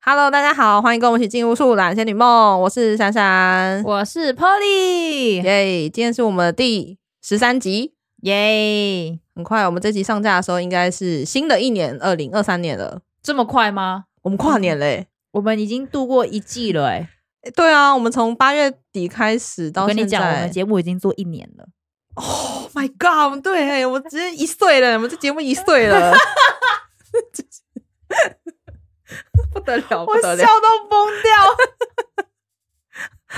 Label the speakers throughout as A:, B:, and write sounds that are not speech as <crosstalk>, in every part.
A: Hello，大家好，欢迎跟我们一起进入《树懒仙女梦》，我是闪闪，
B: <laughs> 我是 Polly，
A: 耶今天是我们的第十三集，
B: 耶！
A: 很快我们这集上架的时候，应该是新的一年二零二三年了，
B: 这么快吗？
A: 我们跨年嘞、
B: 我们已经度过一季了、欸，
A: 诶对啊，我们从八月底开始
B: 我
A: 到
B: 跟你
A: 现
B: 讲，我
A: 在
B: 们节目已经做一年
A: <laughs>
B: 了，
A: ，Oh my God，对、我直接一岁了，我们这节目一岁了，
B: <laughs>
A: 不得了，不得了，
B: 都崩
A: <laughs>
B: 掉。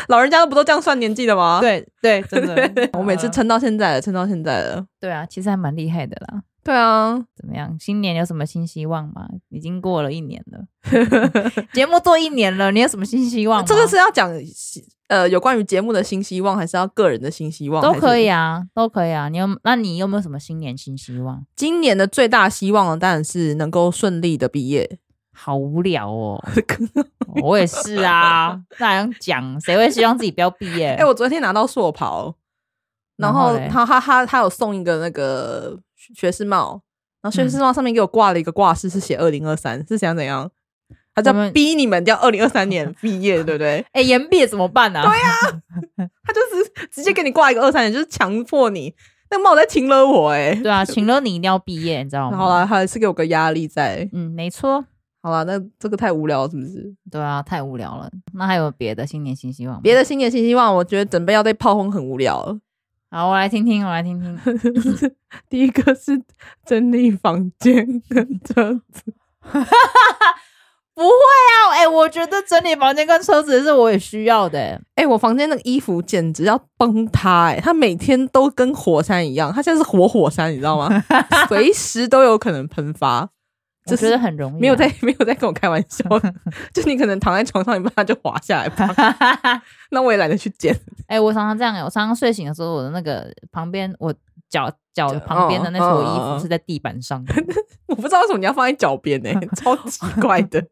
A: 老人家都不都这样算年纪的吗？
B: 对 <laughs> 对，真的，
A: <laughs> 我每次撑到现在了，撑到现在了。
B: 对啊，其实还蛮厉害的啦。
A: 对啊，
B: 怎么样？新年有什么新希望吗？已经过了一年
A: <laughs>
B: 了，节目做一年了，你有什么新希望吗？
A: 这个是要讲呃有关于节目的新希望，还是要个人的新希望？
B: 都可以
A: 啊。
B: 啊，都可以啊。你有那你有没有什么新年新希望？
A: 今年的最大希望当然是能够顺利的毕业。
B: 好无聊哦，我也是啊。那还用讲？谁会希望自己不要毕业？
A: <laughs> 哎、我昨天拿到硕袍，然
B: 然后
A: 后
B: 嘞
A: 他他他他有送一个那个学学士帽，然后学
B: 嗯
A: 士帽上面给我挂了一个挂饰，是写二零二三，是想怎样？他在
B: 我们
A: 逼你们要二零二三
B: <laughs>
A: 年毕业，对不对？
B: 哎、延毕怎么办啊？对呀、
A: 他就是直接给你挂一个二三年，就是强迫你。那帽在请了我哎、
B: 对啊，请了你一定要毕业，你知道吗？
A: 好啦，还是给我个压力在。
B: 嗯，没错，
A: 好啦，那这个太无聊了是不是？
B: 对啊，太无聊了。那还有别的新年新希望吗？
A: 别的新年新希望，我觉得准备要被炮轰很无聊了。
B: 好，我来听听，我来听 <laughs> 听。
A: 第一个是整理房间跟车子，
B: 不会啊，哎、我觉得整理房间跟车子是我也需要的、欸
A: 哎、我房间那个衣服简直要崩塌、哎，它每天都跟火山一样，它现在是活火山，你知 <laughs> 道吗？随时都有可能喷发，
B: 我
A: 就
B: 觉
A: 是
B: 得很容易、啊
A: 没有。在没有在跟我开玩 <laughs> 笑，就你可能躺在床上一半它就滑下来，啪那我也懒得去捡。
B: 哎、我常常这样、哎，我常常睡醒的时候，我的那个旁边，我脚脚旁边的那
A: 哦
B: 坨衣服是在地板上的，
A: 我不知道为什么你要放在脚边 <laughs> 呢，超奇怪的。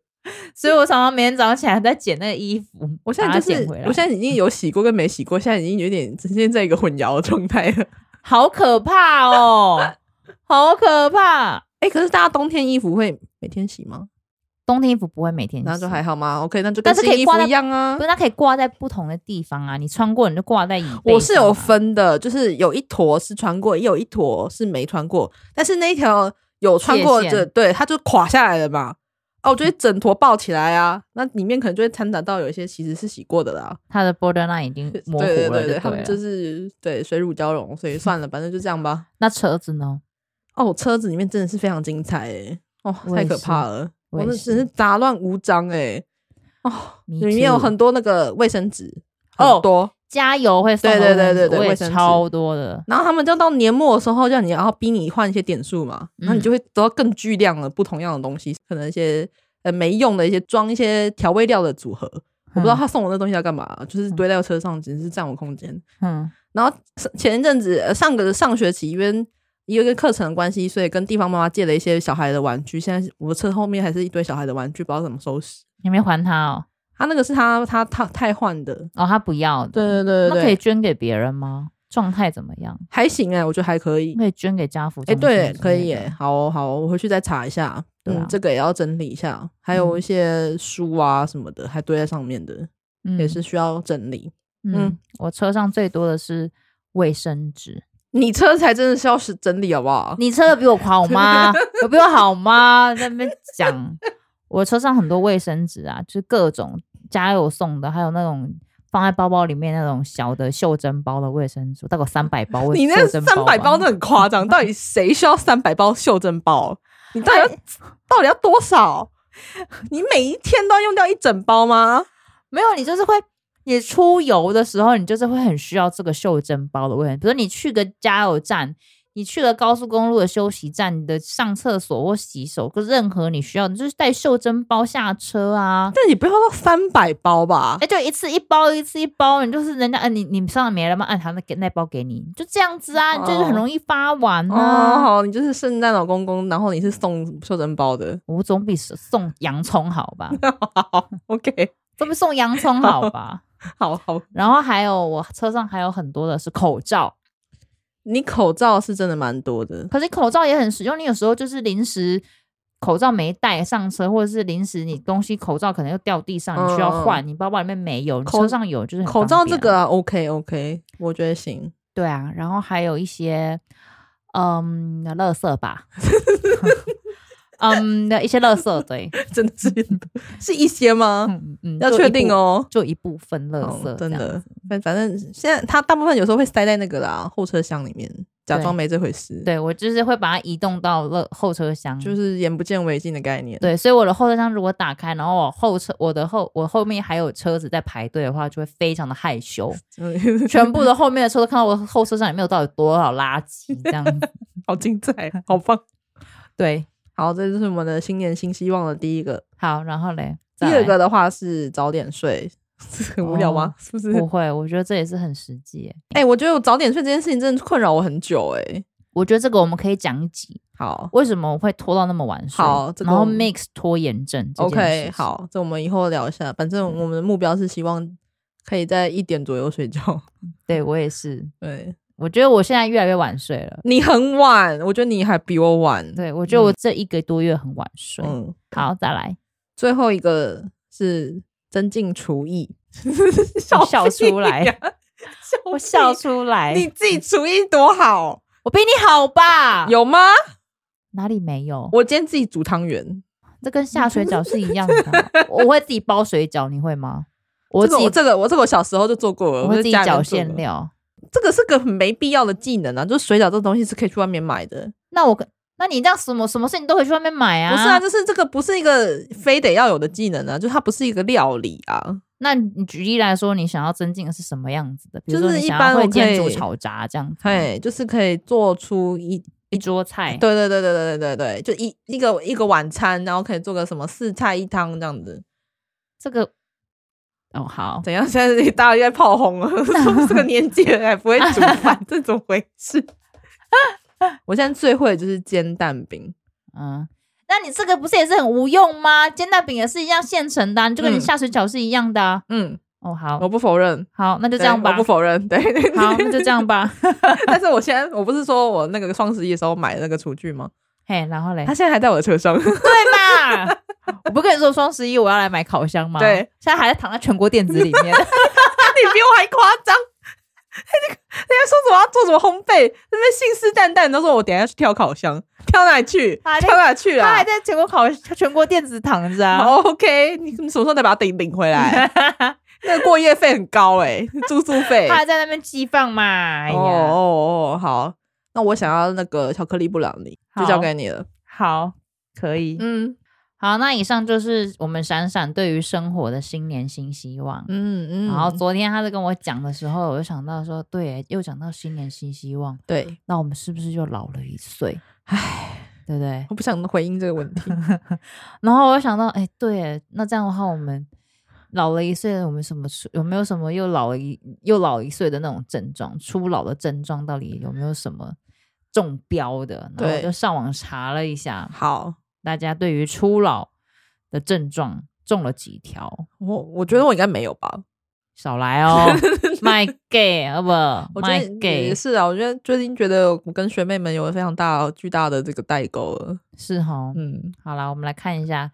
B: 所以我常常每天早上起来在捡那个衣服，
A: 我现在
B: 把
A: 就
B: 它捡
A: 是
B: 回来，
A: 我现在已经有洗过跟没洗过，现在已经有点呈现在一个混淆的状态了。
B: 好可怕哦，好可怕。
A: 哎、可是大家冬天衣服会每天洗吗？
B: 冬天衣服不会每天洗，
A: 那就还好吗？OK，那就跟
B: 但是
A: 新
B: 可以
A: 衣
B: 挂
A: 服
B: 在
A: 一样啊
B: 不是，。它可以挂在不同的地方啊。你穿过你就挂在椅背
A: 我是
B: 上
A: 有
B: 啊
A: 分的，就是有一坨是穿过，也有一坨是没穿过。但是那一条有穿过
B: 界
A: 的，
B: 限
A: 对，它就垮下来了嘛。哦，我就会整坨抱起来啊，那里面可能就会掺杂到有一些其实是洗过的啦。
B: 它的 borderline 已经模糊了
A: 对
B: 就
A: 对对
B: 对
A: 对，他们
B: 了
A: 就是对水乳交融，所以算了，反正就这样吧。
B: 那车子呢？
A: 哦，车子里面真的是非常精彩哎，哦，
B: 我
A: 太
B: 也
A: 可
B: 是
A: 怕了，我
B: 我也
A: 那
B: 是
A: 只是杂乱无章哎，哦，
B: Me
A: 里面有
B: too
A: 很多那个卫生纸，
B: 哦
A: 很多，
B: 加油会送
A: 对对对对对
B: 我
A: 卫
B: 也
A: 生纸
B: 超多的。
A: 然后他们就到年末的时候，叫你要逼你换一些点数嘛，那你
B: 嗯
A: 就会得到更巨量的不同样的东西，可能一些呃没用的一些装一些调味料的组合，我不
B: 嗯
A: 知道他送我那东西要干嘛，就是堆在车上，只是占我空间。
B: 嗯，
A: 然后上前一阵子呃上个上学期，因为因为课程的关系，所以跟地方妈妈借了一些小孩的玩具。现在我车后面还是一堆小孩的玩具，不知道怎么收拾。
B: 你没还他哦？
A: 他那个是他他他太换的，
B: 哦，他不要的。
A: 对对对
B: 那
A: 对
B: 可以
A: 对，
B: 捐给别人吗？状态怎么样？
A: 还行哎、我觉得还可以。
B: 可以捐给家福
A: 哎、
B: 中心之类的。
A: 对，可以耶、好哦、好哦、我回去再查一下。
B: 对啊
A: 嗯，这个也要整理一下，还有一些书啊什么的，还堆在上面的，
B: 嗯
A: 也是需要整理。嗯
B: 嗯，我车上最多的是卫生纸。
A: 你车才真的是要是整理好不 <laughs> 好？
B: 你车的比我好
A: <laughs>
B: 吗？有比我好吗？在那边讲，我车上很多卫生纸啊，就是各种家有送的，还有那种放在包包里面那种小的袖珍包的卫生纸，大概有三百包卫。
A: 你那
B: 袖珍
A: 三百
B: 吧
A: 包那很夸张，到底谁需要三百包袖珍
B: <laughs>
A: 包？你到底
B: 哎
A: 要到底要多少？ <laughs> 你每一天都要用掉一整包吗？
B: 没有，你就是会。你出游的时候，你就是会很需要这个袖珍包的卫生纸。比如你去个加油站，你去了高速公路的休息站，你的上厕所或洗手，跟任何你需要，你就是带袖珍包下车啊。
A: 但你不要到三百包吧？
B: 哎、就一次一包，一次一包，你就是人家按你，你上没了吗？按他那给那包给你，就这样子啊，
A: 哦
B: 你就是很容易发完
A: 哦，
B: <laughs> 啊。
A: 好，你就是圣诞老公公，然后你是送袖珍包的。 <laughs>
B: 我总比送洋葱好吧？
A: 好，OK，
B: 总比送洋葱好吧？
A: 好好，
B: 然后还有我车上还有很多的是口罩，
A: 你口罩是真的蛮多的。
B: 可是口罩也很实用，你有时候就是临时。口罩没戴上车，或者是临时你东西口罩可能又掉地上，你需要换，你包包里面没有，你
A: 嗯口
B: 车上有就是很
A: 口罩
B: 方便
A: 这个、啊、OK OK，我觉得
B: <laughs>
A: 行。
B: 对啊，然后还有一些嗯，垃圾吧， <laughs> 嗯，一些垃圾
A: <laughs>
B: 对，
A: 真的是是一些吗？
B: 嗯嗯，
A: 要
B: 就一
A: 确定
B: 部。
A: 哦。
B: 就一部分垃圾、
A: 哦真的，反反正现在它大部分有时候会塞在那个啦后车厢里面，假
B: 对
A: 装没这回事。，
B: 对我就是会把它移动到了后车厢，
A: 就是眼不见为净的概念。
B: 对，所以我的后车厢如果打开，然后我后车我的后我后面还有车子在排队的话，就会非常的
A: <laughs>
B: 害羞。
A: 嗯，
B: 全部的后面的车都看到我后车上里面有到底多少垃圾，这
A: <laughs>
B: 样子
A: 好精彩，好棒。
B: 对。
A: <laughs> 好，这就是我们的新年新希望的第一个。
B: 好，然后嘞，
A: 第
B: 再
A: 二
B: 来
A: 个的话是早点睡，很无聊吗？是不是？
B: 不会，我觉得这也是很实际
A: <laughs>
B: 耶。
A: 哎、我觉得我早点睡这件事情真的困扰我很久、哎，
B: 我觉得这个我们可以讲一集，
A: 好
B: 为什么我会拖到那么晚睡？
A: 好这个
B: 然后
A: 我们
B: mix 拖延症这件事
A: ，OK，
B: 情。
A: 好，这我们以后聊一下。反正我们的目标是希望可以在一点左右睡觉。 <laughs>
B: 对我也是，
A: 对
B: 我觉得我现在越来越晚睡了。
A: 你很晚，我觉得你还比我晚。
B: 对，我觉得我这一个多月很晚睡。
A: 嗯，
B: 好，再来，
A: 最后一个是增进厨 <laughs> 艺，
B: 我笑出来
A: 屁 <laughs> 呀，
B: 我笑
A: 屁
B: 出来，
A: 你自己厨艺多好，
B: 我比你好吧？
A: 有吗？
B: 哪里没有？
A: 我今天自己煮汤圆，
B: 这跟下水饺是一样的
A: <laughs>
B: 啊、我会自己包水饺，你会吗？我
A: 这
B: 自
A: 个
B: 己
A: 我这个我这个我小时候就做过了，
B: 我
A: 在
B: 会自己
A: 家里面做
B: 搅
A: 的
B: 馅。料。
A: 这个是个很没必要的技能啊，就是水饺这东西是可以去外面买的，
B: 那我跟，那你这样什么什么事情都可以去外面买啊？
A: 不是啊，，就是这个不是一个非得要有的技能啊，就它不是一个料理啊，
B: 那你举例来说，你想要增进的是什么样子的？比如
A: 就
B: 说
A: 是
B: 你
A: 一
B: 想
A: 般
B: 要
A: 我
B: 会
A: 可
B: 煎煮
A: 以
B: 炒炸这样子，
A: 嘿，就是可以做出一
B: 一桌菜。
A: 对对对对对对对，就一一个一个晚餐，然后可以做个什么四菜一汤这样子。
B: 这个哦好，
A: 怎样？现在你大家在炮轰了， <laughs> 说这个年纪了还不会煮饭，这怎么回事？ <laughs> 我现在最会的就是煎蛋饼，
B: 嗯，那你这个不是也是很无用吗？煎蛋饼也是一样现成的啊、你就跟你
A: 嗯
B: 下水饺是一样的、啊。
A: 嗯，
B: 哦好
A: 我不否认，
B: 好，那就
A: 就
B: 这样吧
A: 我不。否认，对。 <laughs>
B: 好，那就这样吧。
A: 但是我现在，我不是说我那个双十一的时候买的那个厨具吗？
B: 嘿，然后嘞
A: 它，现在还在我的车上， <laughs>
B: 对嘛？我不跟你说双十一我要来买烤箱吗？
A: 对，
B: 现在还在躺在全国电子里
A: <laughs>
B: 面。
A: 你比我还夸张。 <laughs> 人家说什么要做什么烘焙，那边信誓旦旦都说我等一下去跳烤箱，跳哪里去？
B: 他还在
A: 跳哪里去
B: 他
A: 啦
B: 还？在全国考全国电子躺着啊。
A: 啊好 OK，你什么时候再把它领领回来？那个过夜费很高哎、住宿费。
B: 他还在那边寄放嘛。哎
A: 哦
B: 呀，
A: 哦哦，好，那我想要那个巧克力布朗尼，就
B: 好
A: 交给你了。
B: 好，可以。
A: 嗯
B: 好，那以上就是我们闪闪对于生活的新年新希望。
A: 嗯嗯
B: 然后昨天他在跟我讲的时候，我就想到说，对，又讲到新年新希望，
A: 对，
B: 那我们是不是又老了一岁？
A: 唉，
B: 对不对？
A: 我不想回应这个问题。
B: 然后我就想到，哎，对，那这样的话，我们老了一岁，我们什么出有没有什么又老了一又老一岁的那种症状？初老的症状到底有没有什么中标的？然后我
A: 对
B: 就上网查了一下，
A: <laughs> 好，
B: 大家对于初老的症状中了几条？
A: 我我觉得我应该没有吧。
B: 少
A: <laughs>
B: 来哦，my gay，好不好
A: 我觉得
B: ，my
A: 也
B: gay
A: 是啊，我觉得最近觉得我跟学妹们有非常大巨大的这个代沟了。
B: 是哈。
A: 嗯，
B: 好啦，我们来看一下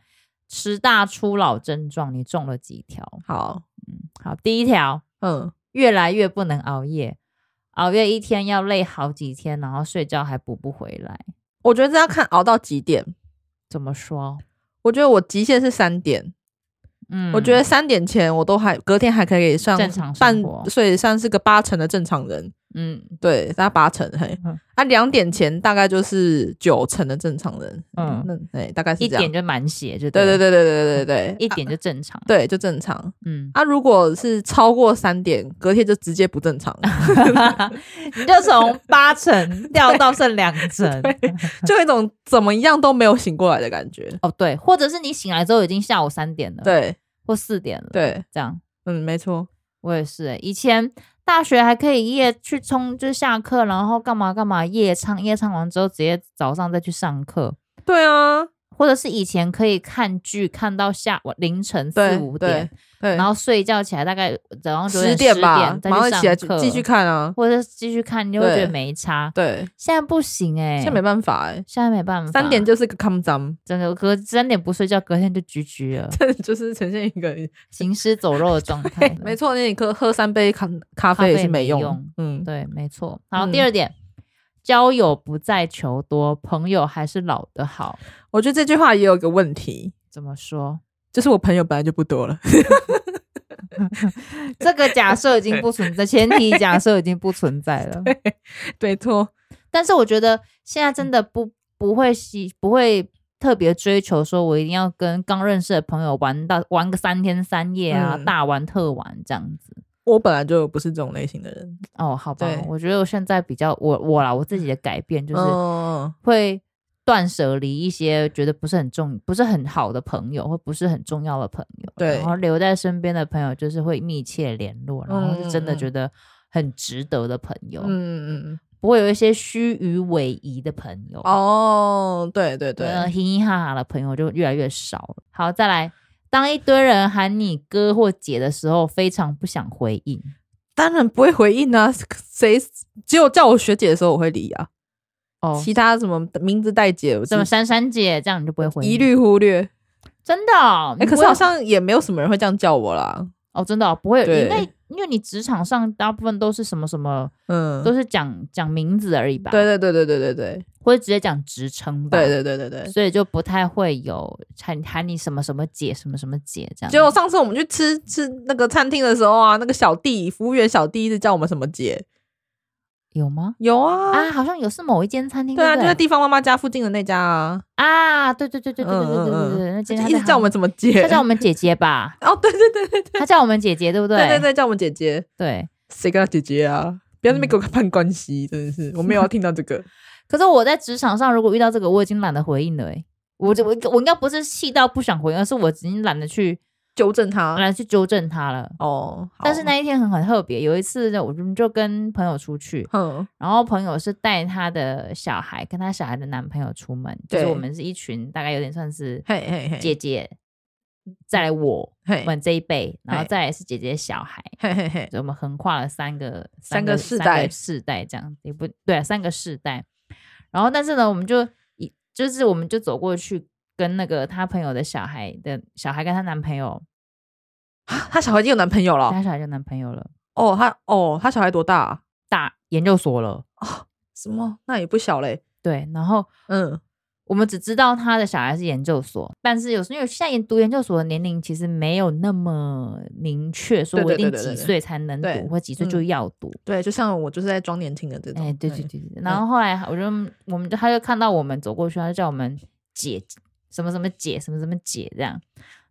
B: 十大初老症状，你中了几条？
A: 好，
B: 好，第一条，
A: 嗯，
B: 越来越不能熬夜，熬夜一天要累好几天，然后睡觉还补不回来。
A: 我觉得这要看熬到几点。
B: 怎么说？
A: 我觉得我极限是三点，
B: 嗯
A: 我觉得三点前我都还隔天还可以上
B: 正常
A: 半
B: 生活，
A: 所以算是个八成的正常人，
B: 嗯
A: 对，大概八成嘿
B: 嗯。
A: 啊，两点前大概就是九成的正常人，嗯
B: 嗯，
A: 那哎大概是
B: 一
A: 这样
B: 点。就满血，就
A: 对对
B: 了，
A: 对对对对对啊对，
B: 一点就正常。
A: 对就正常。
B: 嗯，
A: 啊，如果是超过三点，隔天就直接不正
B: <laughs>
A: 常，
B: 你就从八成掉到剩两
A: <laughs>
B: 成。
A: 就有一种怎么样都没有醒过来的感觉。
B: 哦，对，或者是你醒来之后已经下午三点了，，
A: 对
B: 或四点了，，
A: 对，
B: 这样。
A: 嗯，没错，
B: 我也是欸、以前大学还可以夜去冲，就是下课然后干嘛干嘛夜唱，夜唱完之后直接早上再去上课。
A: 对啊，
B: 或者是以前可以看剧看到下晚凌晨四
A: 对
B: 五
A: 对
B: 点，
A: 对，
B: 然后睡觉起来大概早上九
A: 十
B: 点
A: 点吧，
B: 再
A: 马
B: 去
A: 上起来
B: 上课，
A: 继续，看啊。
B: 或者是继续看，你就会
A: 对
B: 觉得没差。
A: 对，
B: 现在不行哎、
A: 现在没办法哎，
B: 现在没办法，
A: 三点就是个 come down，
B: 真的，隔三点不睡觉，隔天就居
A: <laughs>
B: 居了，
A: 真的 <laughs> 就是呈现一个
B: 行尸走肉的状态
A: <laughs> 。没错，那你喝喝三杯咖咖啡也是没
B: 咖啡没用
A: 嗯，
B: 对，没错。然后
A: 嗯
B: 第二点，交友不在求多，朋友还是老的好。
A: 我觉得这句话也有一个问题，
B: 怎么说？ <laughs>
A: 就是我朋友本来就不多了，
B: 这个假设已经不存在，前提假设已经不存在了。
A: 对错，
B: 但是我觉得现在真的不不会喜不会特别追求说我一定要跟刚认识的朋友玩到玩个三天三夜啊，
A: 嗯
B: 大玩特玩这样子。
A: 我本来就不是这种类型的人，
B: 哦，好吧
A: 对，
B: 我觉得我现在比较我我啦，我自己的改变就是哦
A: 嗯，
B: 会断舍离一些觉得不是很重、不是很好的朋友，或不是很重要的朋友，
A: 对
B: 然后留在身边的朋友就是会密切联络，然后是真的觉得很值得的朋友，
A: 嗯嗯嗯嗯，
B: 不会有一些虚与委蛇的朋友。
A: 哦，对对对，
B: 呃，嘻嘻哈哈的朋友就越来越少了。好，再来，当一堆人喊你哥或姐的时候，非常不想回应。
A: 当然不会回应啊，谁只有叫我学姐的时候我会理啊，
B: 哦，
A: 其他什么名字带姐，我
B: 什么
A: 真
B: 珊珊姐这样你就不会啊回应，
A: 一律忽略。
B: 真的哦、
A: 哎、
B: 你
A: 可
B: 不
A: 是
B: 会
A: 好像也没有什么人会这样叫我啦，
B: 哦，真的哦、不会有，
A: 对
B: 应该因为你职场上大部分都是什么什么，
A: 嗯，
B: 都是讲讲名字而已吧，
A: 对，对对对对对对
B: 或者直接讲职称吧，
A: 对对对对对。
B: 所以就不太会有喊喊你什么什么姐什么什么姐这样。
A: 结果上次我们去吃吃那个餐厅的时候啊，那个小弟服务员小弟一直叫我们什么姐，
B: 有吗？
A: 有啊，
B: 啊，好像有是某一间餐厅，
A: 对啊，就
B: 不
A: 在地方妈妈家附近的那家啊，
B: 啊，对对对对对对对对
A: 嗯嗯
B: 对
A: 嗯
B: 对，那
A: 就
B: 间
A: 是
B: 他
A: 一直叫我们怎么姐
B: 他，叫我们姐
A: <laughs>，
B: 姐吧
A: 哦，对对对对
B: 他叫我们姐姐，对不对？
A: 对对对，叫我们姐姐，
B: 对
A: 谁跟他姐姐啊？不要在那边给我判关系，真的是我没有要听到这 <laughs> 个。
B: 可是我在职场上，如果遇到这个，我已经懒得回应了、欸。我我我应该不是气到不想回应，而是我已经懒得去
A: 纠正他
B: 懒得去纠正他了。
A: 哦。好
B: 但是，那一天很很特别，有一次呢，我们就跟朋友出去，
A: 嗯
B: 然后朋友是带他的小孩跟他小孩的男朋友出门，就是
A: 对
B: 我们是一群大概有点算是
A: 嘿嘿嘿，
B: 姐姐，再来我
A: 嘿
B: 我们这一辈，然后
A: 嘿
B: 再来是姐姐的小孩，
A: 嘿嘿嘿，
B: 所以我们横跨了三个
A: 三个世
B: 三
A: 代
B: 个世代这样也不对、啊，三个世代。然后但是呢，我们就一就是我们就走过去跟那个她朋友的小孩的小孩跟她男朋友，
A: 他小孩已经有男朋友了
B: 她小孩就男朋友了，
A: 哦。他哦，他小孩多大啊？
B: 大研究所了，
A: 什么？那也不小嘞。
B: 对，然后。
A: 嗯，
B: 我们只知道他的小孩是研究所，但是有时候因为现在研读研究所的年龄其实没有那么明确，说
A: 对
B: 我一
A: 对
B: 定
A: 对对
B: 几
A: 对
B: 岁才能
A: 对
B: 读或几岁就
A: 嗯
B: 要读。
A: 对，就像我就是在装年轻的这种。
B: 哎、对对对对。然后后来我就我们就他就看到我们走过去，他就叫我们姐什么什么姐什么什么姐这样。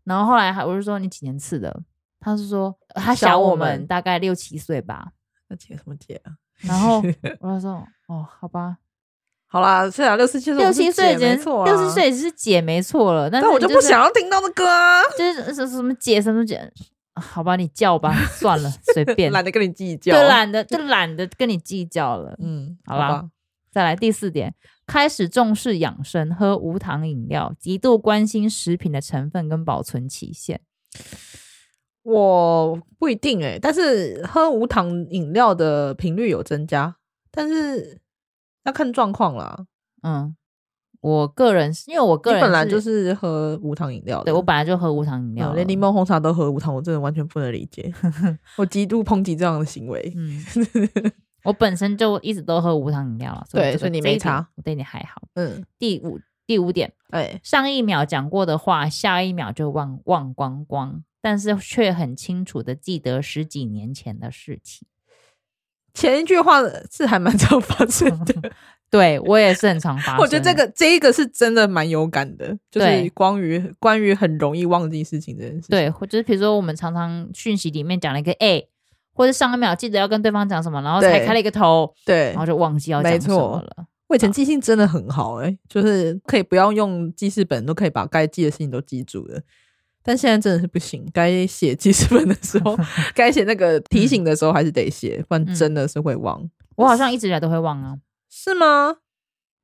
B: 然后后来还我就说你几年次的？他是说呃他
A: 小
B: 小
A: 我
B: 我们
A: 们
B: 大概六七岁
A: <laughs>
B: 吧。
A: 那姐什么姐啊？
B: 然后我就说哦，好吧，
A: 好啦，虽然六十七岁，
B: 六七岁已
A: 没
B: 经
A: 错，啊
B: 六七，岁是姐没错了，但是
A: 但我
B: 你
A: 就是不想要听到那个啊，
B: 就是什什么姐什么姐，好吧，你叫吧，算了，随便，
A: 懒得跟你计较。
B: 就懒
A: <laughs>
B: 得就懒得跟你计较了。
A: 嗯，
B: 好啦
A: 吧，
B: 再来第四点，开始重视养生，喝无糖饮料，极度关心食品的成分跟保存期限。
A: 我不一定哎，但是喝无糖饮料的频率有增加，但是要看状况啦。
B: 嗯，我个人是因为我个
A: 你
B: 人
A: 本来就是喝无糖饮料的，
B: 对我本来就喝无糖饮料
A: 嗯
B: 了，
A: 连柠檬红茶都喝无糖，我真的完全不能理解， <laughs> 我极度抨击这样的行为。 <laughs>
B: 嗯，我本身就一直都喝无糖饮料了，所以
A: 对
B: 这个
A: 所以你
B: 这一
A: 没
B: 点
A: 差
B: 我对你还好。
A: 嗯，
B: 第五第五点，
A: 哎、
B: 上一秒讲过的话，下一秒就忘忘光光，但是却很清楚的记得十几年前的事情。
A: 前一句话是还蛮常发生
B: <laughs>
A: 的，
B: 对我也是很常发生。
A: <laughs> 我觉得这个这一个是真的蛮有感的，就是
B: 对
A: 关于关于很容易忘记事情这件事情。
B: 对，或就是比如说我们常常讯息里面讲了一个 A，或者上一秒记得要跟对方讲什么，然后
A: 对
B: 才开了一个头，
A: 对
B: 然后就忘记要讲
A: 没
B: 什
A: 错
B: 么了。
A: 我以前记性真的很好、欸，就是可以不要用记事本，都可以把该记的事情都记住了。但现在真的是不行，该写记事本的时
B: <laughs>
A: 候，该写那个提醒的时
B: 嗯
A: 候，还是得写，不然真的是会忘， <laughs>
B: 我好像一直以来都会忘啊，
A: 是吗？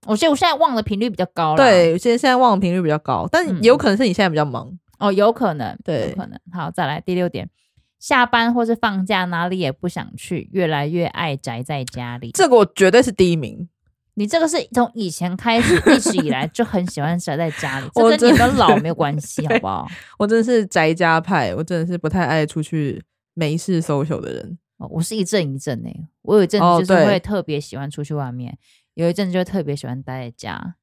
B: 我觉得我现在忘的频率比较高了。，
A: 对，现在现在忘的频率比较高，但
B: 嗯
A: 也有可能是你现在比较忙。
B: 哦，有可能，
A: 对
B: 有可能。好，再来第六点，下班或是放假哪里也不想去，越来越爱宅在家里。
A: 这个我绝对是第一名，
B: 你这个是从以前开始一直以来就很喜欢宅在
A: <laughs>
B: 家里，
A: 我
B: 这跟
A: 真
B: 你的老
A: <laughs>
B: 没有关系，好不好？
A: 我真的是宅家派，我真的是不太爱出去没事 social 的人。
B: 哦我是一阵一阵的、我有一阵
A: 哦
B: 子就是
A: 对
B: 会特别喜欢出去外面，有一阵子就特别喜欢待在家。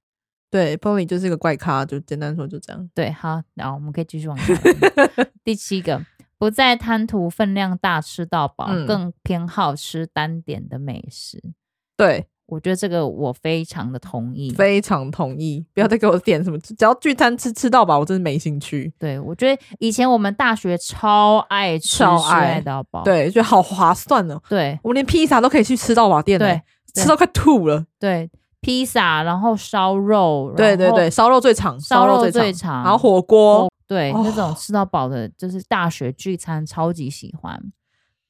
A: 对 p o y 就是个怪咖，就简单说就这样。
B: 对，好，然后我们可以继续往下聊。
A: <laughs>
B: 第七个，不再贪图分量大吃到饱，
A: 嗯
B: 更偏好吃单点的美食。
A: 对，
B: 我觉得这个我非常的同意。
A: 非常同意，不要再给我点什么，只要聚餐吃吃到饱，我真的没兴趣。
B: 对，我觉得以前我们大学超爱吃，
A: 超爱
B: 爱到饱。
A: 对，就好划算哦，
B: 对
A: 我们连披萨都可以去吃到饱店、欸，
B: 对对
A: 吃到快吐了。
B: 对，披萨，然后烧肉，
A: 对对
B: 然后
A: 对，烧肉最长，
B: 烧
A: 肉
B: 肉最
A: 最
B: 长
A: 然后火锅
B: 对，
A: 哦
B: 那种吃到饱的，就是大学聚餐超级喜欢。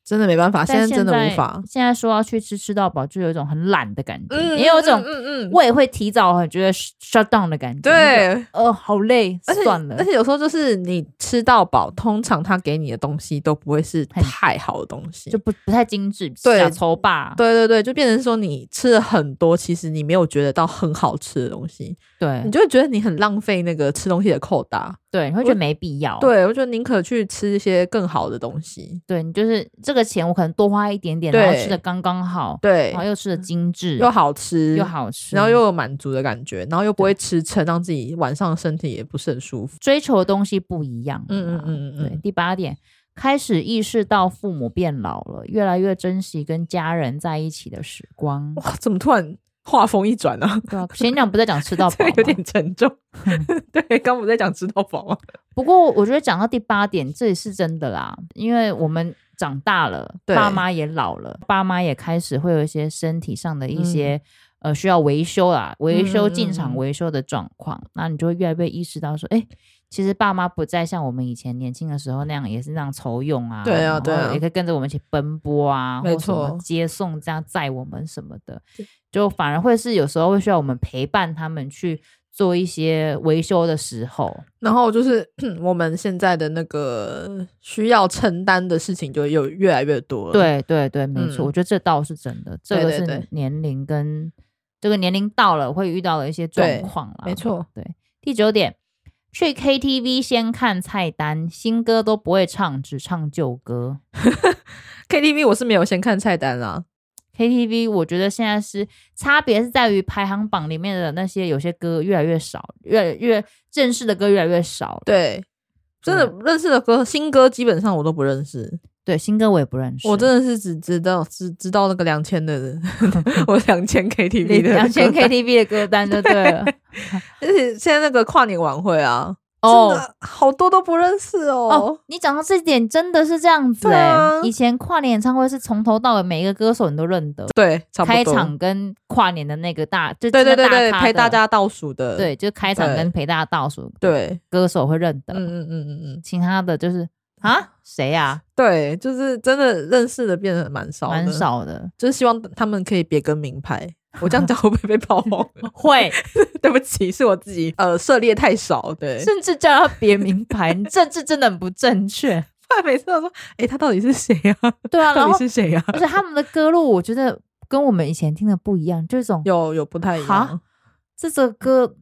A: 真的没办啊法，现
B: 但
A: 在真的
B: 在嗯
A: 无法。
B: 现在说要去吃吃到饱，就有一种很懒的感觉，
A: 嗯，
B: 也有一种
A: 嗯嗯嗯，
B: 胃会提早很觉得 sh- shut down 的感觉。就觉
A: 对，
B: 得，呃，好累，
A: 而且
B: 算了
A: 而。且有时候就是你吃到饱，通常他给你的东西都不会是
B: 很
A: 太好的东西，
B: 就不不太精致，
A: 对
B: 小丑吧，
A: 对对对，就变成说你吃了很多，其实你没有觉得到很好吃的东西，
B: 对
A: 你就会觉得你很浪费那个吃东西的扣打。
B: 对，你会觉得没必要。
A: 对，我觉得宁可去吃一些更好的东西。
B: 对，你就是这个钱我可能多花一点点，
A: 对
B: 然后吃的刚刚好，
A: 对
B: 然后，又吃的精致，
A: 又好吃，
B: 又，好吃，
A: 然后又有满足的感觉，然后又不会吃撑，让自己晚上身体也不是很舒服。
B: 追求的东西不一样。
A: 嗯嗯。嗯嗯
B: 对，
A: 嗯，
B: 第八点，开始意识到父母变老了，越来越珍惜跟家人在一起的时光。
A: 哇，怎么突然话锋一转啊？
B: 对啊，前两不在讲吃到饱
A: <laughs> 这
B: 啊嗯吗
A: 个有点沉重。 <laughs> 对，刚不是在讲吃到饱吗？
B: 不过我觉得讲到第八点，这也是真的啦，因为我们长大了，
A: 对
B: 爸妈也老了，爸妈也开始会有一些身体上的一些、呃需要维修啦，维修
A: 嗯
B: 进
A: 嗯嗯
B: 厂
A: 嗯
B: 维修的状况，那你就会越来越意识到说，哎、其实爸妈不再像我们以前年轻的时候那样，也是那样愁用啊，
A: 对啊
B: 然后
A: 对啊
B: 也可以跟着我们一起奔波啊，
A: 没
B: 或什么
A: 错
B: 接送这样载我们什么的
A: 对，
B: 就反而会是有时候会需要我们陪伴他们去做一些维修的时候，
A: 然后就是 <clears throat> 我们现在的那个需要承担的事情就又越来越多了。，
B: 对对对，没错，
A: 嗯
B: 我觉得这倒是真的，这
A: 对
B: 个
A: 对对
B: 是年龄跟这个年龄到了会遇到的一些状
A: 对
B: 况啦。
A: 没错，
B: 对。第九点，去 KTV 先看菜单，新歌都不会唱，只唱旧歌。
A: KTV 我是没有先看菜单啦，
B: KTV 我觉得现在是差别是在于排行榜里面的那些有些歌越来越少，越越正式的歌越来越少了。
A: 对，真
B: 嗯
A: 的认识的歌，新歌基本上我都不认识，
B: 对，新歌我也不认识，
A: 我真的是只知道只知道那个两千的
B: <laughs>
A: 人，我两千 KTV 的
B: 两千
A: 歌单
B: KTV 的歌单就对了。
A: <laughs> 而且现在那个跨年晚会啊，
B: 哦
A: 真的好多都不认识哦
B: 哦，，你讲到这点真的是这样子
A: 对
B: 哎、
A: 啊
B: 以前跨年演唱会是从头到尾每一个歌手你都认得，
A: 对，差不
B: 开
A: 多，
B: 场跟跨年的那个大，就
A: 对对对
B: 真的
A: 对，
B: 大咖
A: 陪
B: 的
A: 大，家倒数的，
B: 对，就开场
A: 对
B: 跟陪大家倒数，，
A: 对，
B: 歌手会认得，
A: 嗯嗯嗯嗯嗯，
B: 其他的就是啊谁呀、
A: 对，就是真的认识的变得蛮少，
B: 蛮，少的，
A: <laughs> 就是希望他们可以别跟名
B: <laughs>
A: 牌。我这样讲会不会被炮轰？
B: 会
A: <laughs> 对不起，是我自己呃涉猎太少。对，
B: <laughs> 甚至叫他别名牌， <laughs> 你政治真的很不正确，
A: 不然每次都说，诶，他到底是谁啊？
B: 对啊，
A: <laughs>
B: 然
A: 到
B: 后
A: 底是谁啊？ <laughs>
B: 而且他们的歌路我觉得跟我们以前听的不一样，这种
A: 有有不太一样
B: 哈。这首歌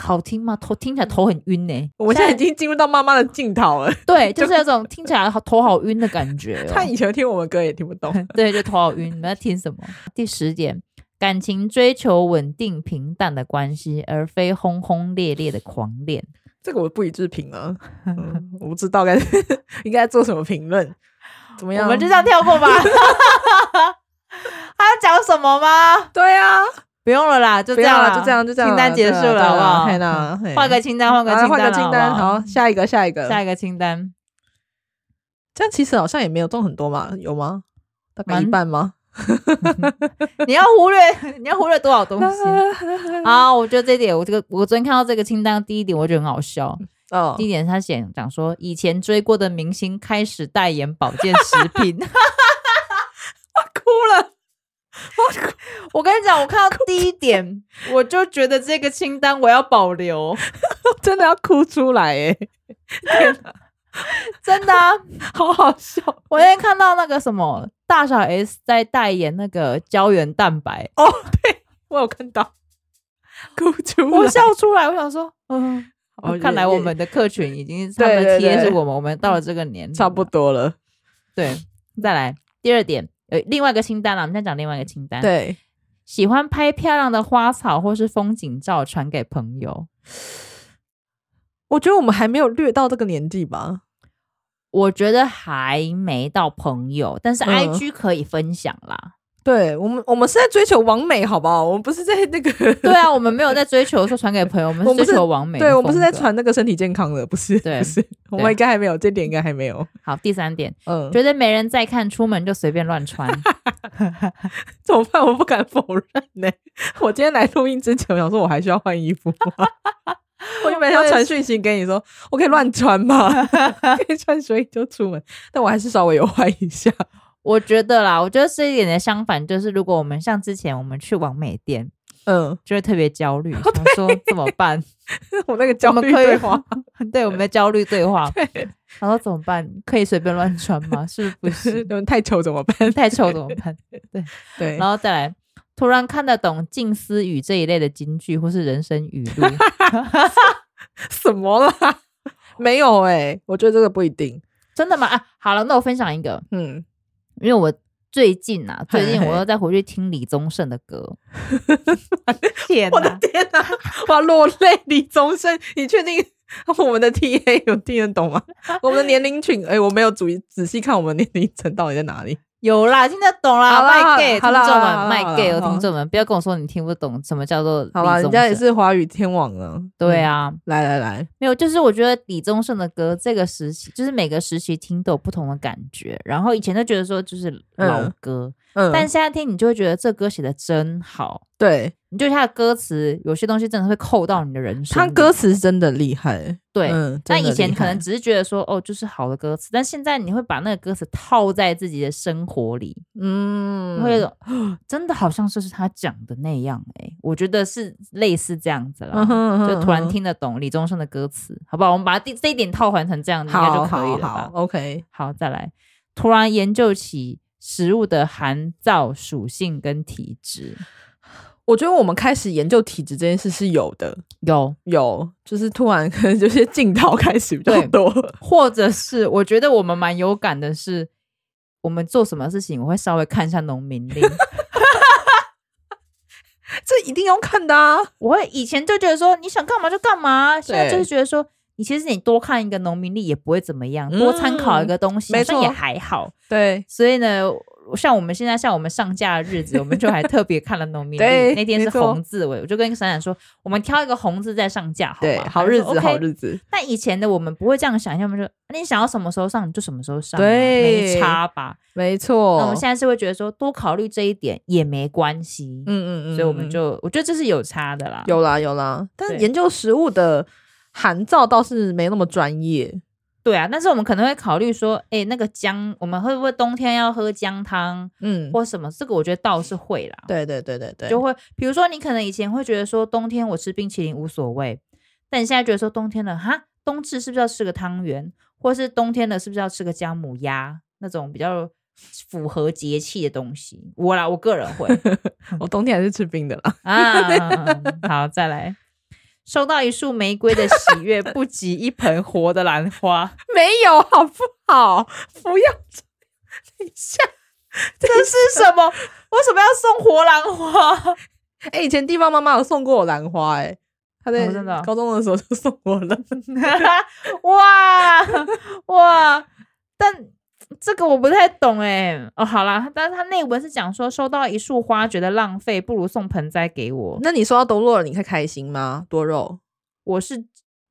B: 好听吗？头听起来头很晕呢、
A: <laughs> 我们现在已经进入到妈妈的镜头了。 <laughs>
B: 对，就是那种听起来好头好晕的感觉、
A: 她
B: 哦。
A: 以前听我们歌也听不
B: <laughs>
A: 懂。
B: 对，就头好晕。你们在听什么？第十点，感情追求稳定平淡的关系，而非轰轰烈烈的狂恋。
A: 这个我不予置评
B: <laughs>
A: 啊，嗯我不知道该 <laughs> 应该做什么评论，怎么样？
B: 我们就这样跳过吧。 <laughs> 还要讲什么吗？
A: 对啊，
B: 不用了啦，就
A: 不
B: 这
A: 要
B: 样
A: 了，
B: 啦
A: 就这样，就这样啦，
B: 清单结束
A: 对
B: 了，
A: 啊
B: 好不
A: 对
B: 好？
A: 啊嘿啦，嘿
B: 换个清单，换个
A: 好啊
B: 清单，
A: 换个清单，
B: 好不好
A: 好，下一个，下一个，
B: 下一个清单，
A: 这样其实好像也没有中很多嘛，有吗？大概一
B: 蛮
A: 半吗？
B: 你要忽略， <laughs> 你要忽略多少东西？
A: <laughs>
B: 啊，我觉得这一点，我这个我昨天看到这个清单，第一点我觉得很好笑。
A: 哦
B: 第一点，他写讲说以前追过的明星开始代 <laughs> 言保健食品，
A: 哭了，
B: <laughs> 我跟你讲，我看到第一点，我就觉得这个清单我要
A: <laughs>
B: 保留，
A: 真的要哭出来哎、
B: 真的、啊。
A: <laughs> 好好笑
B: 我那天看到那个什么大小 S 在代言那个胶原蛋白，
A: 哦！对我有看到哭出来，
B: 我笑出来，我想说，嗯。
A: 哦
B: 看来
A: 也
B: 我
A: 也
B: 们的客群已经他
A: 对
B: 们的
A: 对
B: 贴
A: 对
B: 是我们，我们到了这个年龄
A: 差不
B: 了
A: 多了。
B: 对。再来第二点，呃，另外一个清单了，我们再讲另外一个清单。，
A: 对，
B: 喜欢拍漂亮的花草或是风景照传给朋友。
A: 我觉得我们还没有略到这个年纪吧。
B: 我觉得还没到朋友，但是
A: 嗯
B: I G 可以分享啦。
A: 对我们，我们是在追求完美，好不好？我们不是在那个，
B: 对啊，我们没有在追求说传给朋友，我们
A: 我
B: 是
A: 们
B: 追
A: 是
B: 求完
A: <laughs>
B: 美。
A: 对我们是在。传那个身体健康的，不是？
B: 对
A: 不是，我
B: 对
A: 们应该还没有，这点应该还没有。
B: 好，第三点，
A: 嗯，
B: 觉得没人在看，出门就随便乱 <laughs> 穿。
A: <laughs> 怎么办？我不敢否认呢、我今天来录音之前，我想说我还需要换衣服吗？我原本要传讯息给你说，我可以乱穿吗？ <laughs> 可以穿水就出门，但我还是稍微有换一下。
B: 我觉得啦，我觉得这一点的相反就是，如果我们像之前我们去完美店，
A: 嗯，
B: 就会特别焦虑，想说怎么办？
A: <laughs> 我那个
B: 我
A: 焦
B: 们
A: 虑
B: 可以
A: 对话，
B: <laughs> 对我们的焦虑对
A: <laughs>
B: 话，然后怎么办？可以随便乱穿吗？ <laughs> 是不是
A: <laughs> 太丑怎么办？
B: 太丑怎么办？
A: <laughs> 对
B: 然，后再来，突然看得懂近思语这一类的金句或是人生语
A: <laughs>
B: 录，
A: 什么啦？没有哎、我觉得这个不一定。
B: 真的吗？啊，好了，那我分享一个，
A: 嗯，
B: 因为我最近啊，
A: 嘿
B: 最近
A: 嘿
B: 我又再回去听李宗盛的
A: <laughs>
B: 歌，天
A: 我的
B: 哪！
A: 天哪、我要落泪！李宗盛，你确定我们的 TA 有听得懂吗？我们的年龄群，哎、我没有注意仔细看我们的年龄层到底在哪里。
B: 有啦，听得懂啦，
A: 好啦
B: 卖 gay
A: 好
B: 听
A: 啦
B: 众
A: 好啦
B: 们，
A: 好
B: 卖
A: 啦
B: gay 有
A: 好啦
B: 听众们，不要跟我说你听不懂什么叫做
A: 好吧，人
B: 李宗
A: 家也
B: 盛。
A: 是华语天王啊。
B: 对
A: 嗯，
B: 啊，
A: 来来来，
B: 没有，就是我觉得李宗盛的歌，这个时期就是每个时期听都有不同的感觉。然后以前都觉得说就是老
A: 嗯
B: 歌，
A: 嗯，
B: 但现在听你就会觉得这歌写的真好，
A: 对
B: 你对它的歌词有些东西真的会扣到你的人生里。
A: 他歌词是真的厉害，
B: 对，
A: 嗯，
B: 但
A: 真的
B: 以前
A: 厉害
B: 可能只是觉得说哦，就是好的歌词，但现在你会把那个歌词套在自己的生活里，你
A: 嗯
B: 会有种、哦真的好像就是他讲的那样哎、我觉得是类似这样子啦。
A: 嗯哼嗯哼
B: 就突然
A: 嗯哼
B: 听得懂李宗盛的歌词，好不好？我们把这这一点套环成这样，应该就
A: 好
B: 可以
A: 好
B: 了吧？
A: 好，OK，
B: 好，再来，突然研究起食物的含皂属性跟体质，
A: 我觉得我们开始研究体质这件事是有的，
B: 有，
A: 有，就是突然可能 <laughs> 就是镜头开始比较
B: 对
A: 多，
B: 或者是我觉得我们蛮有感的是，我们做什么事情，我会稍微看一下
A: <laughs>
B: 农民历。
A: 这一定要看的啊。
B: 我会以前就觉得说你想干嘛就干嘛，现在就
A: 对
B: 是觉得说。你其实你多看一个农民历也不会怎么样，多参考一
A: 嗯
B: 个东西，
A: 没
B: 好像也
A: 错
B: 还好。
A: 对
B: 所以呢，像我们现在像我们上架的日子，我们就还特别看了
A: <laughs>
B: 农民历，
A: 对
B: 那天是
A: 没错
B: 红字，我我就跟闪闪说，我们挑一个红字再上架好吗，
A: 对，好
B: 他就
A: 日
B: 说
A: 子，好
B: OK
A: 日子，
B: 但以前的我们不会这样想，要么就你想要什么时候上你就什么时候上啊、
A: 对哦
B: 没差吧？
A: 没
B: 那
A: 错。
B: 我们现在是会觉得说多考虑这一点也没关系，
A: 嗯嗯嗯，
B: 所以我们
A: 嗯
B: 就我觉得这是有差的啦。
A: 有啦有啦，
B: 对
A: 但研究食物的含皂倒是没那么专业。
B: 对啊，但是我们可能会考虑说，哎、那个姜，我们会不会冬天要喝姜汤
A: 嗯，
B: 或什么？这个我觉得倒是会啦，
A: 对对对对对，
B: 就会比如说你可能以前会觉得说冬天我吃冰淇淋无所谓，但你现在觉得说冬天了哈，冬至是不是要吃个汤圆，或是冬天了是不是要吃个姜母鸭那种比较符合节气的东西？我啦，我个人会
A: 我冬天还是吃冰的
B: <laughs>
A: 啦。
B: 啊。好，再来。收到一束玫瑰的喜悦，不及一盆活的兰花。 <laughs>
A: 没有，好不好？不要，等一下。
B: 这是什么？为什么要送活兰花？
A: 哎、以前地方妈妈有送过我兰花、哎，她在
B: 哦真的哦
A: 高中的时候就送我了。 <laughs>
B: <laughs> 哇哇！但这个我不太懂哎、哦，好啦，但是他内文是讲说，收到一束花觉得浪费，不如送盆栽给我。
A: 那你收到多肉了，你会开心吗？多肉
B: 我是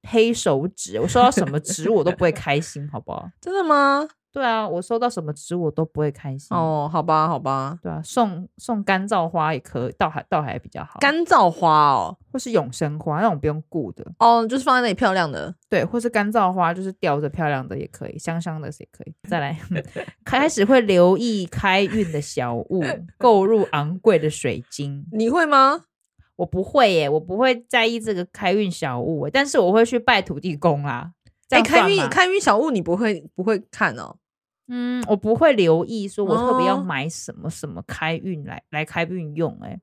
B: 黑手指，我收到什么植物我都不会开心，好不好？
A: 真的吗？
B: 对啊，我收到什么植物我都不会开心。
A: 哦，好吧，好吧，
B: 对啊，送送干燥花也可以，倒还倒还比较好，
A: 干燥花哦，
B: 或是永生花那种不用顾的，
A: 哦，就是放在那里漂亮的，
B: 对，或是干燥花就是吊着漂亮的也可以，香香的也可以。再来，嗯开始会留意开运的小物，购入昂贵的水晶。
A: 你会吗？
B: 我不会耶，我不会在意这个开运小物耶，但是我会去拜土地公啦。这
A: 哎、
B: 样
A: 开
B: 算
A: 运
B: 吗
A: 开运小物你不会不会看哦？
B: 嗯，我不会留意说我特别要
A: 哦
B: 买什么什么开运来、来开运用、欸，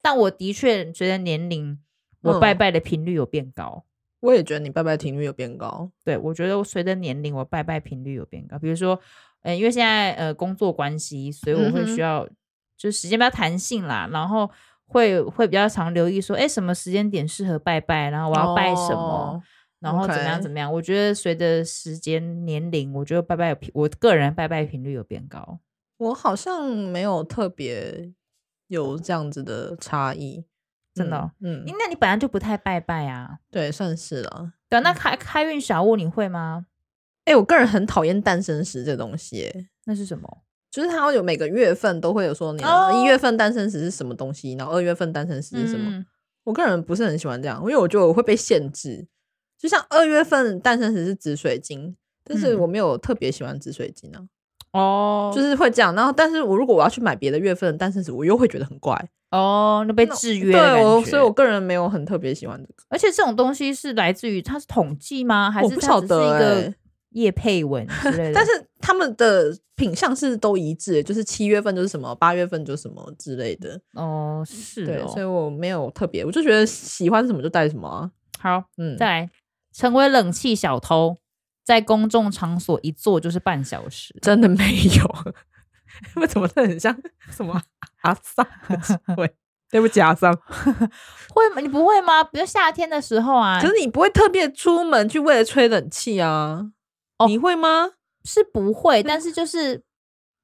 B: 但我的确随着年龄，我
A: 嗯
B: 拜拜的频率有变高。
A: 我也觉得你拜拜频率有变高，
B: 对我觉得我随着年龄，我拜拜频率有变高。比如说，呃，因为现在呃工作关系，所以我会
A: 嗯哼
B: 需要、就时间比较弹性啦，然后会会比较常留意说，哎，什么时间点适合拜拜，然后我要拜什么。
A: 哦
B: 然后怎么样
A: OK
B: 怎么样？我觉得随着时间年龄，我觉得拜拜有频，我个人拜拜频率有变高。
A: 我好像没有特别有这样子的差异，
B: 真的哦
A: 嗯，
B: 诶
A: 嗯，
B: 那你本来就不太拜拜啊？
A: 对，算是了。
B: 对啊，那开开运小物你会吗？
A: 哎、我个人很讨厌诞生石这东西耶，
B: 那是什么？
A: 就是它会有每个月份都会有说你
B: 哦
A: 的一月份诞生石是什么东西，然后二月份诞生石是什么。
B: 嗯？
A: 我个人不是很喜欢这样，因为我觉得我会被限制。就像二月份诞生石是紫水晶，但是
B: 嗯
A: 我没有特别喜欢紫水晶啊，
B: 哦，
A: 就是会这样。然后，但是我如果我要去买别的月份的诞生石，我又会觉得很怪，
B: 哦，那被制约的
A: 对，我
B: 感觉
A: 所以我个人没有很特别喜欢这个，
B: 而且这种东西是来自于它是统计吗？还
A: 我
B: 是
A: 不
B: 它
A: 晓
B: 只是
A: 得
B: 一
A: 欸
B: 个叶配文
A: <laughs>
B: 之类的？
A: 但是他们的品相是都一致的，就是七月份就是什么，八月份就是什么之类的。
B: 哦，是
A: 对，所以
B: 哦。
A: 我没有特别，我就觉得喜欢什么就带什么啊。
B: 好，
A: 嗯，
B: 再来成为冷气小偷，在公众场所一坐就是半小时。
A: 真的没有， <laughs> 为什么这很像什么阿桑的 <laughs> 行为？对不起，阿桑。
B: 会吗？你不会吗？比如夏天的时候啊，
A: 可是你不会特别出门去为了吹冷气啊？
B: 哦
A: 你会吗？
B: 是不会，但是就是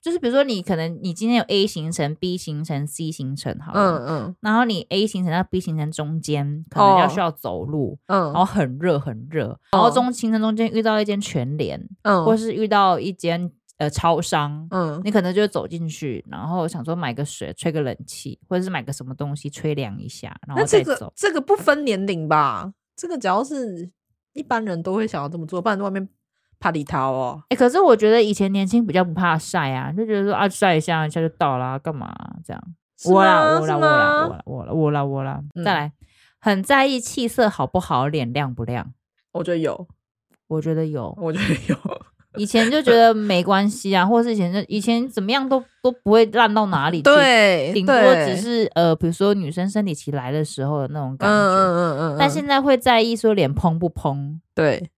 B: 就是，比如说你可能你今天有 A 行程、B 行程、C 行程，好了，
A: 嗯嗯
B: 然后你 A 行程到 B 行程中间可能
A: 哦
B: 要需要走路，
A: 嗯，
B: 然后很热很热，然
A: 哦
B: 后中行程中间遇到一间全联，
A: 嗯
B: 或是遇到一间呃超商。
A: 嗯
B: 你可能就会走进去，然后想说买个水吹个冷气，或者是买个什么东西吹凉一下，然后
A: 那这
B: 再
A: 个
B: 走。嗯
A: 这个不分年龄吧？这个只要是一般人都会想要这么做，不然在外面怕里逃哦。
B: 哎、可是我觉得以前年轻比较不怕晒啊，就觉得说啊晒一下一下就到啦，干嘛、这样？
A: 是
B: 我啦
A: 吗
B: 我
A: 是
B: 啦我
A: 吗
B: 啦我啦我啦我啦我啦，
A: 嗯
B: 再来，很在意气色好不好，脸亮不亮。
A: 我觉得有，
B: 我觉得
A: <laughs>
B: 有，
A: 我觉得有。
B: 以前就觉得没关系啊，或是以前就以前怎么样都都不会烂到哪里去，
A: 对，
B: 顶多
A: 对
B: 只是呃，比如说女生生理期来的时候的那种
A: 嗯
B: 感觉，
A: 嗯嗯嗯。
B: 但现在会在意说脸嘭不嘭，
A: 对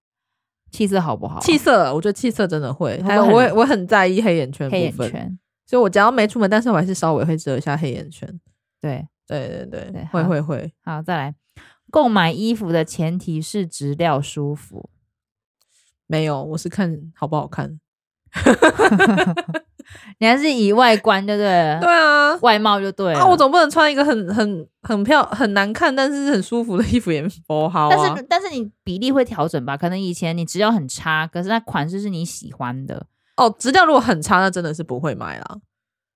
B: 气色好不好，
A: 气色，我觉得气色真的会，
B: 会
A: 还有
B: 哦很
A: 我也我很在意黑眼圈的
B: 黑
A: 部分，
B: 眼圈，
A: 所以我只要没出门，但是我还是稍微会遮一下黑眼圈。
B: 对，
A: 对对对，
B: 对
A: 会
B: 好
A: 会会，
B: 好，再来。购买衣服的前提是质料舒服， <laughs>
A: 没有，我是看好不好看。
B: 你还是以外观对不对？
A: 对啊，
B: 外貌就对了。
A: 啊，我总不能穿一个很很很漂很难看，但是很舒服的衣服 <laughs> 也不好啊。
B: 但是但是你比例会调整吧？可能以前你质量很差，可是那款式是你喜欢的，
A: 哦，质量如果很差，那真的是不会买啦。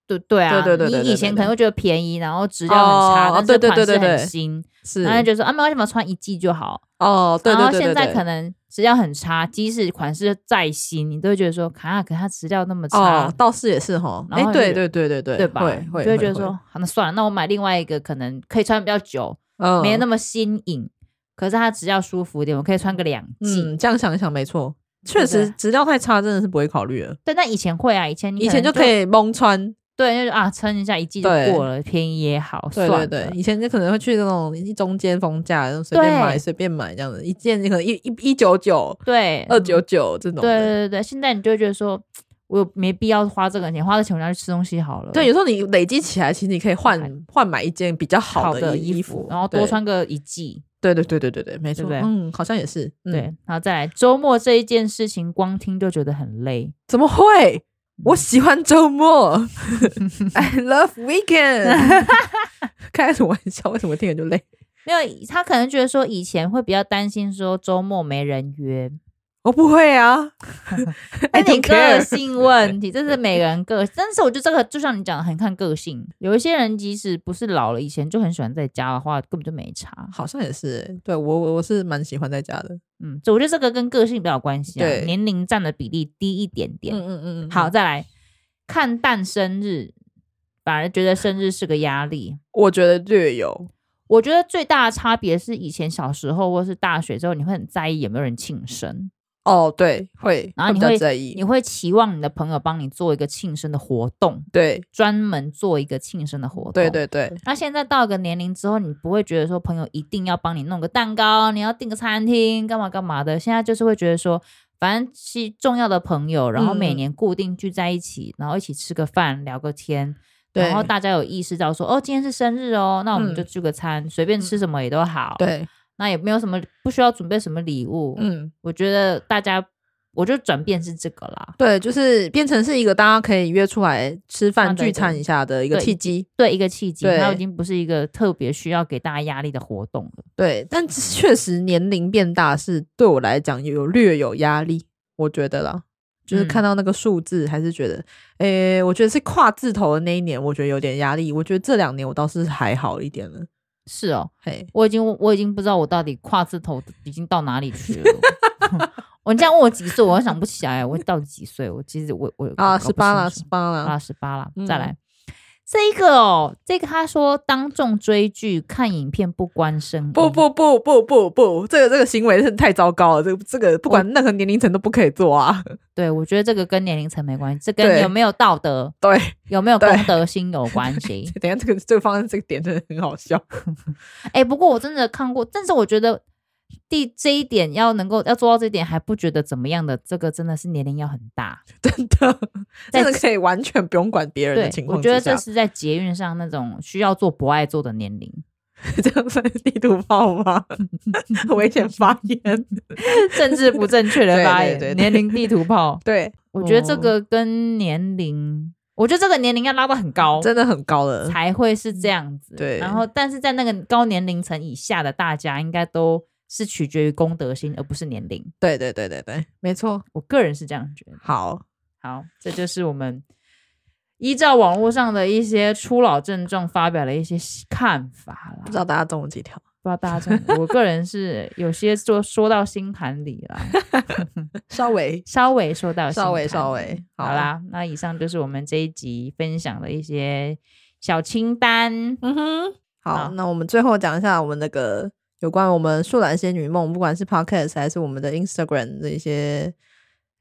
B: 对对啊，
A: 对对对对对
B: 你以
A: 对
B: 前
A: 对
B: 可能会觉得便宜，然后质量很差，
A: 哦
B: 但是
A: 对对
B: 款式
A: 对对
B: 很
A: 对
B: 新，
A: 是，
B: 然后就觉得说啊，没关系嘛，穿一季就好。
A: 哦，对对对对
B: 然后现在
A: 对
B: 可能质量很差，即使款式再新，你都会觉得说，啊，可是它质量那么差。
A: 哦，倒是也是哈。
B: 然
A: 哎
B: 后，就
A: 对对对对对，
B: 对吧？
A: 会会
B: 就会觉得，
A: 会
B: 说，好那算了，那我买另外一个，可能可以穿比较久，
A: 嗯，
B: 没那么新颖，可是它质量舒服一点，我可以穿个两季。
A: 嗯，这样想一想没错，
B: 对
A: 确实
B: 对
A: 质量太差，真的是不会考虑了。
B: 对，那以前会啊，以前你
A: 以前
B: 能
A: 就可以蒙穿，
B: 对，就是啊，撑一下一季就
A: 对
B: 过了，便宜也好，
A: 对
B: 算了
A: 对对，以前就可能会去那种一中间封价，然后随便买
B: 对
A: 随便买这样子，一件可能一一一九九、
B: 对
A: <laughs>
B: 嗯
A: 二九九这种
B: 对对
A: 的。
B: 对对，现在你就会觉得说，我有没必要花这个钱，花这钱我拿去吃东西好了，
A: 对，，有时候你累积起来，其实你可以换
B: 换
A: 换买一件比较
B: 好
A: 的
B: 衣
A: 服，
B: 然后多
A: 对。
B: 穿个一季，
A: 对对对对对对，没
B: 对
A: 错，
B: 不对
A: 嗯，好像也是。嗯
B: 对，，然后再来周末这一件事情，光听就觉得很累，
A: 怎么
B: 嗯
A: 会？我喜欢周
B: <laughs>
A: 末，I love weekend。开什么玩笑？为什么听着就累？ <laughs>
B: 没有，他可能觉得说以前会比较担心说周末没人约，
A: 我不会
B: <laughs>
A: 啊
B: 那
A: ，I
B: 你
A: don't
B: 个
A: care。
B: 性问题，这是每个人个。但是我觉得这个就像你讲的，很看个性。有一些人即使不是老了，以前就很喜欢在家的话，根本就没差。
A: <laughs> 好像也是欸，对我我我是蛮喜欢在家的。
B: 嗯，这我觉得这个跟个性比较有关系啊，
A: 对
B: 年龄占的比例低一点点。
A: 嗯嗯
B: 好，，再来看淡生日，反而觉得生日是个压力。
A: 我觉得略有，
B: 我觉得最大的差别是，以前小时候或是大学之后，你会很在意有没有人庆生，
A: 哦，对，会，
B: 然后
A: 会比
B: 你
A: 较
B: 会
A: 在意
B: 你，会期望你的朋友帮你做一个庆生的活动，
A: 对
B: 专门做一个庆生的活动。
A: 对。对对，
B: 那现在到一个年龄之后，你不会觉得说朋友一定要帮你弄个蛋糕，你要订个餐厅，干嘛干嘛的。现在就是会觉得说，反正是重要的朋友，然后每
A: 嗯
B: 年固定聚在一起，然后一起吃个饭，聊个天。
A: 对嗯
B: 然后大家有意识到说，哦，今天是生日哦，那我们就聚个餐，随便吃什么也都好。，
A: 对，
B: 那也没有什么不需要准备什么礼物。
A: 嗯，
B: 我觉得大家，我觉得转变是这个啦。
A: 对，就是变成是一个大家可以约出来吃
B: 啊
A: 饭
B: 对
A: 聚餐一下的一个
B: 对
A: 契机。
B: 对一个契机，
A: 对
B: 它已经不是一个特别需要给大家压力的活动了。
A: 对，但确实年龄变大是对我来讲有略有压力，我觉得啦。就是
B: 嗯
A: 看到那个数字，还是觉得，诶、我觉得是跨字头的那一年，我觉得有点压力。我觉得这两年我倒是还好一点了，
B: 是哦，
A: 嘿，
B: 我已经我已经不知道我到底跨字头已经到哪里去了。 <laughs> 我你这样问我几岁，我还想不起来，我到底几岁？我其实我我
A: 啊，十八啦，十
B: 十
A: 八
B: 八
A: 啦，
B: 啦，啊十八啦
A: 嗯，
B: 再来。这一个哦，这个他说当众追剧、看影片不关声音，
A: 不不不不不不，这个这个行为是太糟糕了，这个这个不管任何年龄层都不可以做啊。 <laughs>
B: 对，我觉得这个跟年龄层没关系，这跟
A: 对
B: 有没有道德、
A: 对，
B: 有没有
A: 对
B: 公德心有关系。
A: <laughs> 等一下这个这个方案这个点真的很好笑。
B: 哎、不过我真的看过，但是我觉得第这一点要能够要做到这一点还不觉得怎么样的，这个真的是年龄要很大。
A: <laughs> 真的，
B: 在
A: 真的可以完全不用管别人的
B: 对
A: 情，况
B: 我觉得
A: 之下
B: 这，是在捷运上那种需要做不爱做的年龄， <laughs>
A: 这样算是 <laughs> 地图炮 <laughs> 吗？危险发言。
B: 政治不正确的
A: 对
B: 发
A: 对
B: 言，
A: 对对
B: 年龄地图
A: <laughs>
B: 炮。
A: <laughs> 对，
B: 我觉得这
A: 哦
B: 个跟年龄，我觉得这个年龄要拉到很高。
A: 真的嗯很高了。
B: 才会是这样子。
A: 对
B: 然后但是在那个高年龄层以下的大家，应该都是取决于公德心，而不是年龄。
A: 对对对对对，没错。
B: 我个人是这样觉得。
A: 好，
B: 好，这就是我们依照网络上的一些初老症状发表了一些看法啦。
A: 不知道大家中了几条？
B: 不知道大家怎么，我个人是有些说说到心坎里啦，
A: <laughs>
B: <laughs>
A: 稍微
B: 稍微说到心
A: 稍微
B: 坎
A: 稍
B: 里
A: 微
B: 好
A: 好
B: 啦。那以上就是我们这一集分享的一些小清单。
A: 嗯哼，好，
B: 好
A: 那我们最后讲一下我们那个有关我们树懒仙女梦，不管是 podcast 还是我们的 Instagram 的一些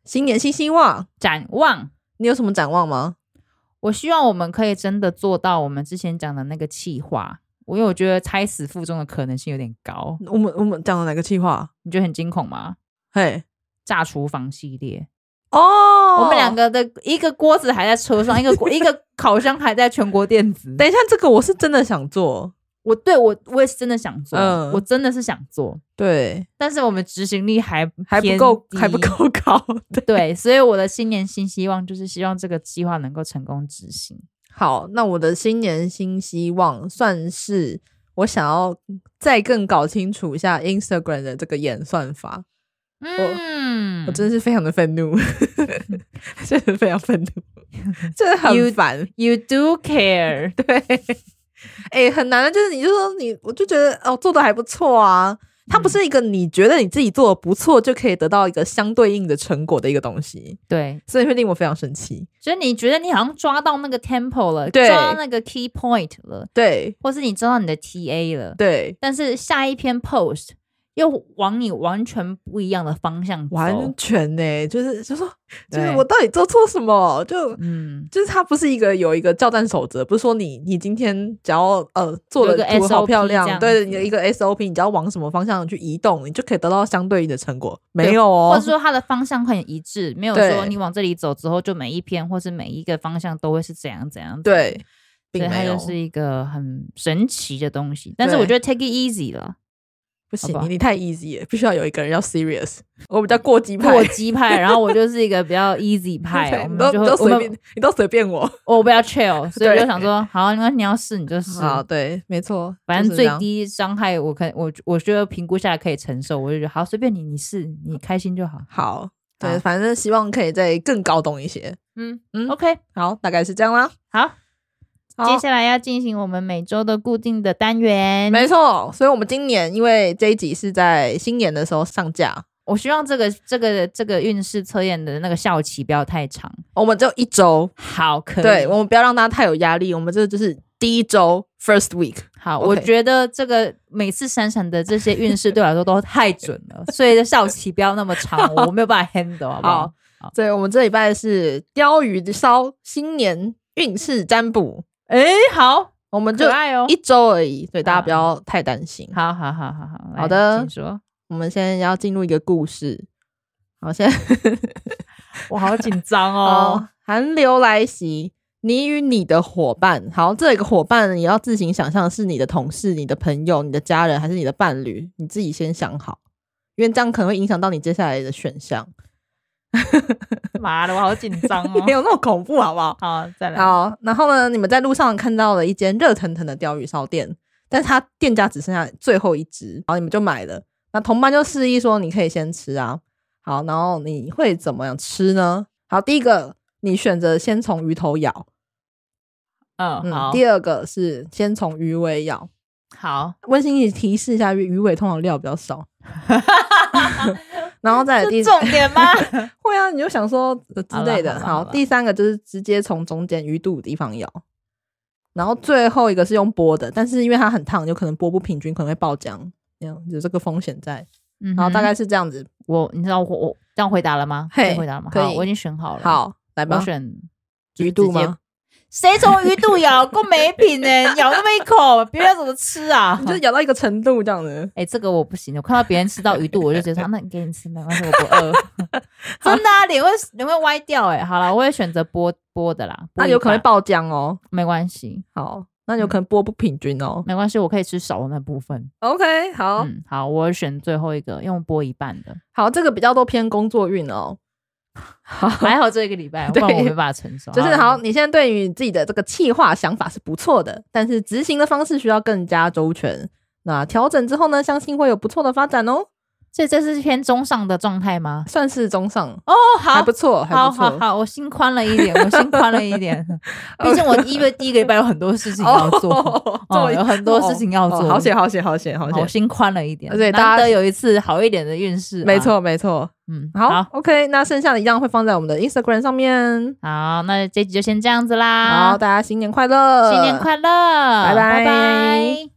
A: 新年新希望，
B: 展望
A: 你有什么展望吗？
B: 我希望我们可以真的做到我们之前讲的那个气化，我因为我觉得胎死腹中的可能性有点高，
A: 我们我们讲了哪个计划？
B: 你觉得很惊恐吗？
A: 嘿，
B: 炸厨房系列，
A: 哦
B: 我们两个的一个锅子还在车上，一个锅一个烤箱还在全国电子。
A: 等一下，这个我是真的想做，
B: 我对我我也是真的想做，
A: 嗯
B: 我真的是想做，
A: 对，
B: 但是我们执行力还
A: 还不
B: 偏
A: 够，
B: 低
A: 还不。够 <laughs> 高。对，
B: 对，所以我的新年新希望就是希望这个计划能够成功执行。
A: 好，那我的新年新希望算是我想要再更搞清楚一下 Instagram 的这个演算法，
B: 嗯，
A: 我真是非常的愤 <laughs> 怒，真的非常 <laughs> 愤怒，真的
B: You-
A: 很烦。
B: you do care，
A: <laughs> 对，哎、很难的，就是你就说你，我就觉得哦，做的还不错啊。它不是一个你觉得你自己做的不错就可以得到一个相对应的成果的一个东西，
B: 对，
A: 所以会令我非常生气。
B: 就是你觉得你好像抓到那个 tempo 了，
A: 对
B: 抓到那个 key point 了，
A: 对
B: 或是你知道你的 TA 了，
A: 对，
B: 但是下一篇 post 又往你完全不一样的方向走，
A: 完全呢、就是就说，就是
B: 对
A: 我到底做错什么？就
B: 嗯，
A: 就是它不是一个有一个教战守则，不是说你你今天只要呃做
B: 有
A: 的
B: 一个
A: 图好
B: SOP
A: 漂
B: 这
A: 亮，
B: 样
A: 对
B: 子
A: 你的一个 SOP，你只要往什么方向去移动，你就可以得到相对应的成果。
B: 对
A: 没有
B: 或
A: 哦
B: 者，说它的方向很一致，没有
A: 对
B: 说你往这里走之后，就每一篇或是每一个方向都会是怎样怎样怎样。
A: 对，
B: 所
A: 并
B: 以它
A: 没有
B: 就。是一个很神奇的东西，但是我觉得 take it easy 了，
A: 不行，
B: 好不好
A: 你你太 easy 了，必须要有一个人要 serious。我比较过激派
B: 过，激派，然后我就是一个比较 easy
A: <laughs>
B: 派，我
A: 你
B: 们
A: 都
B: 就
A: 你都
B: 我
A: 随
B: 们
A: 便，你都随便我。
B: 哦我比较
A: <laughs>
B: chill，所以我
A: 对
B: 就想说，好，那你要试你就试，
A: 啊，对，没错，
B: 反
A: 就
B: 正
A: 是这
B: 最
A: 样。
B: 低伤害我可我我觉得评估下来可以承受，我就觉得好，随便你，你试，你开心就好。
A: 好，
B: 好
A: 对，反正希望可以再更高懂一些。
B: 嗯
A: 嗯
B: OK，
A: 好，大概是这样啦。
B: 好，
A: 好
B: 接下来要进行我们每周的固定的单元。
A: 没错，所以我们今年因为这一集是在新年的时候上架，
B: 我希望这个这个这个运势测验的那个效期不要太长。
A: 我们只有一周，
B: 好，可以。
A: 对我们不要让大家太有压力，我们这就是第一周 first week。
B: 好
A: OK
B: 我觉得这个每次闪闪的这些运势对我来说都太准了，所以效期不要那
A: <laughs>
B: 么长，我没有办法 handle，好不好？
A: 好对，我们这礼拜是鲷鱼烧新年运势占卜，
B: 哎、好，
A: 我们就
B: 可爱哦
A: 一。周而已，对大家不要太担心。
B: 好好好好好，来
A: 好的
B: 请说。
A: 我们现在要进入一个故事，好，现在
B: 我好紧张 <laughs>
A: 哦，寒流来袭，你与你的伙伴，好，这个伙伴你要自行想象是你的同事、你的朋友、你的家人还是你的伴侣，你自己先想好，因为这样可能会影响到你接下来的选项。
B: 妈的，我好紧张 <laughs> 哦
A: 没。有那么恐怖，好不好？
B: 好，再来。
A: 好，然后呢，你们在路上看到了一间热腾腾的鲷鱼烧店，但是它店家只剩下最后一只，然后你们就买了。那同伴就示意说你可以先吃啊。好，然后你会怎么样吃呢？好，第一个你选择先从鱼头咬，
B: 嗯，
A: 嗯，
B: 好，
A: 第二个是先从鱼尾咬。
B: 好，
A: 温馨你提示一下，鱼尾通常料比较少。 <laughs> 然后再来第
B: 这重点 <laughs> 吗？
A: 会啊，你就想说呃之
B: 好啦
A: 类的。
B: 好啦
A: 好
B: 好，啦
A: 第三个就是直接从中间鱼肚的地方咬，然后最后一个是用剥的，但是因为它很烫，有可能剥不平均，可能会爆浆，这样有这个风险在。
B: 嗯
A: 然后大
B: 哼
A: 概是这样子。
B: 我，你知道我我这样回答了吗？
A: 嘿
B: 这样回答了吗？
A: 可
B: 好，
A: 以
B: 我已经选好了。，
A: 好，来
B: 我
A: 吧，
B: 选
A: 鱼肚吗？？
B: 谁从鱼肚咬够没品呢？咬那么一口，别人要怎么吃 <laughs> 啊？
A: 你就咬到一个程度这样子。
B: 哎、这个我不行，我看到别人吃到鱼肚，我就觉得说，啊那你给你吃没关系，我不饿。 <laughs> 真的啊，脸会脸会歪掉哎、啊好了，我也选择剥剥的啦，
A: 那
B: 剥一
A: 有可能会
B: 半
A: 爆浆哦。
B: 没关系，
A: 好，那有可能剥不平均哦。
B: 没关系，我可以吃少的那部分。
A: OK，好，
B: 嗯，好，我选最后一个，用剥一半 <laughs> 的。
A: 好，这个比较多偏工作运哦。好，
B: 还好这一个礼 <laughs> 拜，不然
A: 对
B: 我没办法承 <laughs> 受。啊
A: 就是好，，你现在对于自己的这个企划想法是不错的，但是执行的方式需要更加周全。那调整之后呢，相信会有不错的发展哦，
B: 所以这是偏中上的状态吗？
A: 算是中上，
B: 哦，
A: 还
B: 好
A: 不，错，还
B: 好
A: 不错
B: 好。好，我心宽了一点，我心宽了一 <laughs> 点。毕竟我一月第一个礼拜有很多事情要做， <laughs>
A: 哦
B: 哦有很多事情要
A: 哦
B: 做
A: 好险，好险，好险，好
B: 我
A: 险！
B: 心宽了一点。
A: 而且大家
B: 难得有一次好一点的运势啊，
A: 没错，没错。
B: 嗯，
A: 好
B: 好。
A: ，OK，那剩下的一样会放在我们的 Instagram 上面。
B: 好，那这集就先这样子啦。
A: 好，大家新年快乐！
B: 新年快乐，
A: 拜拜
B: 拜拜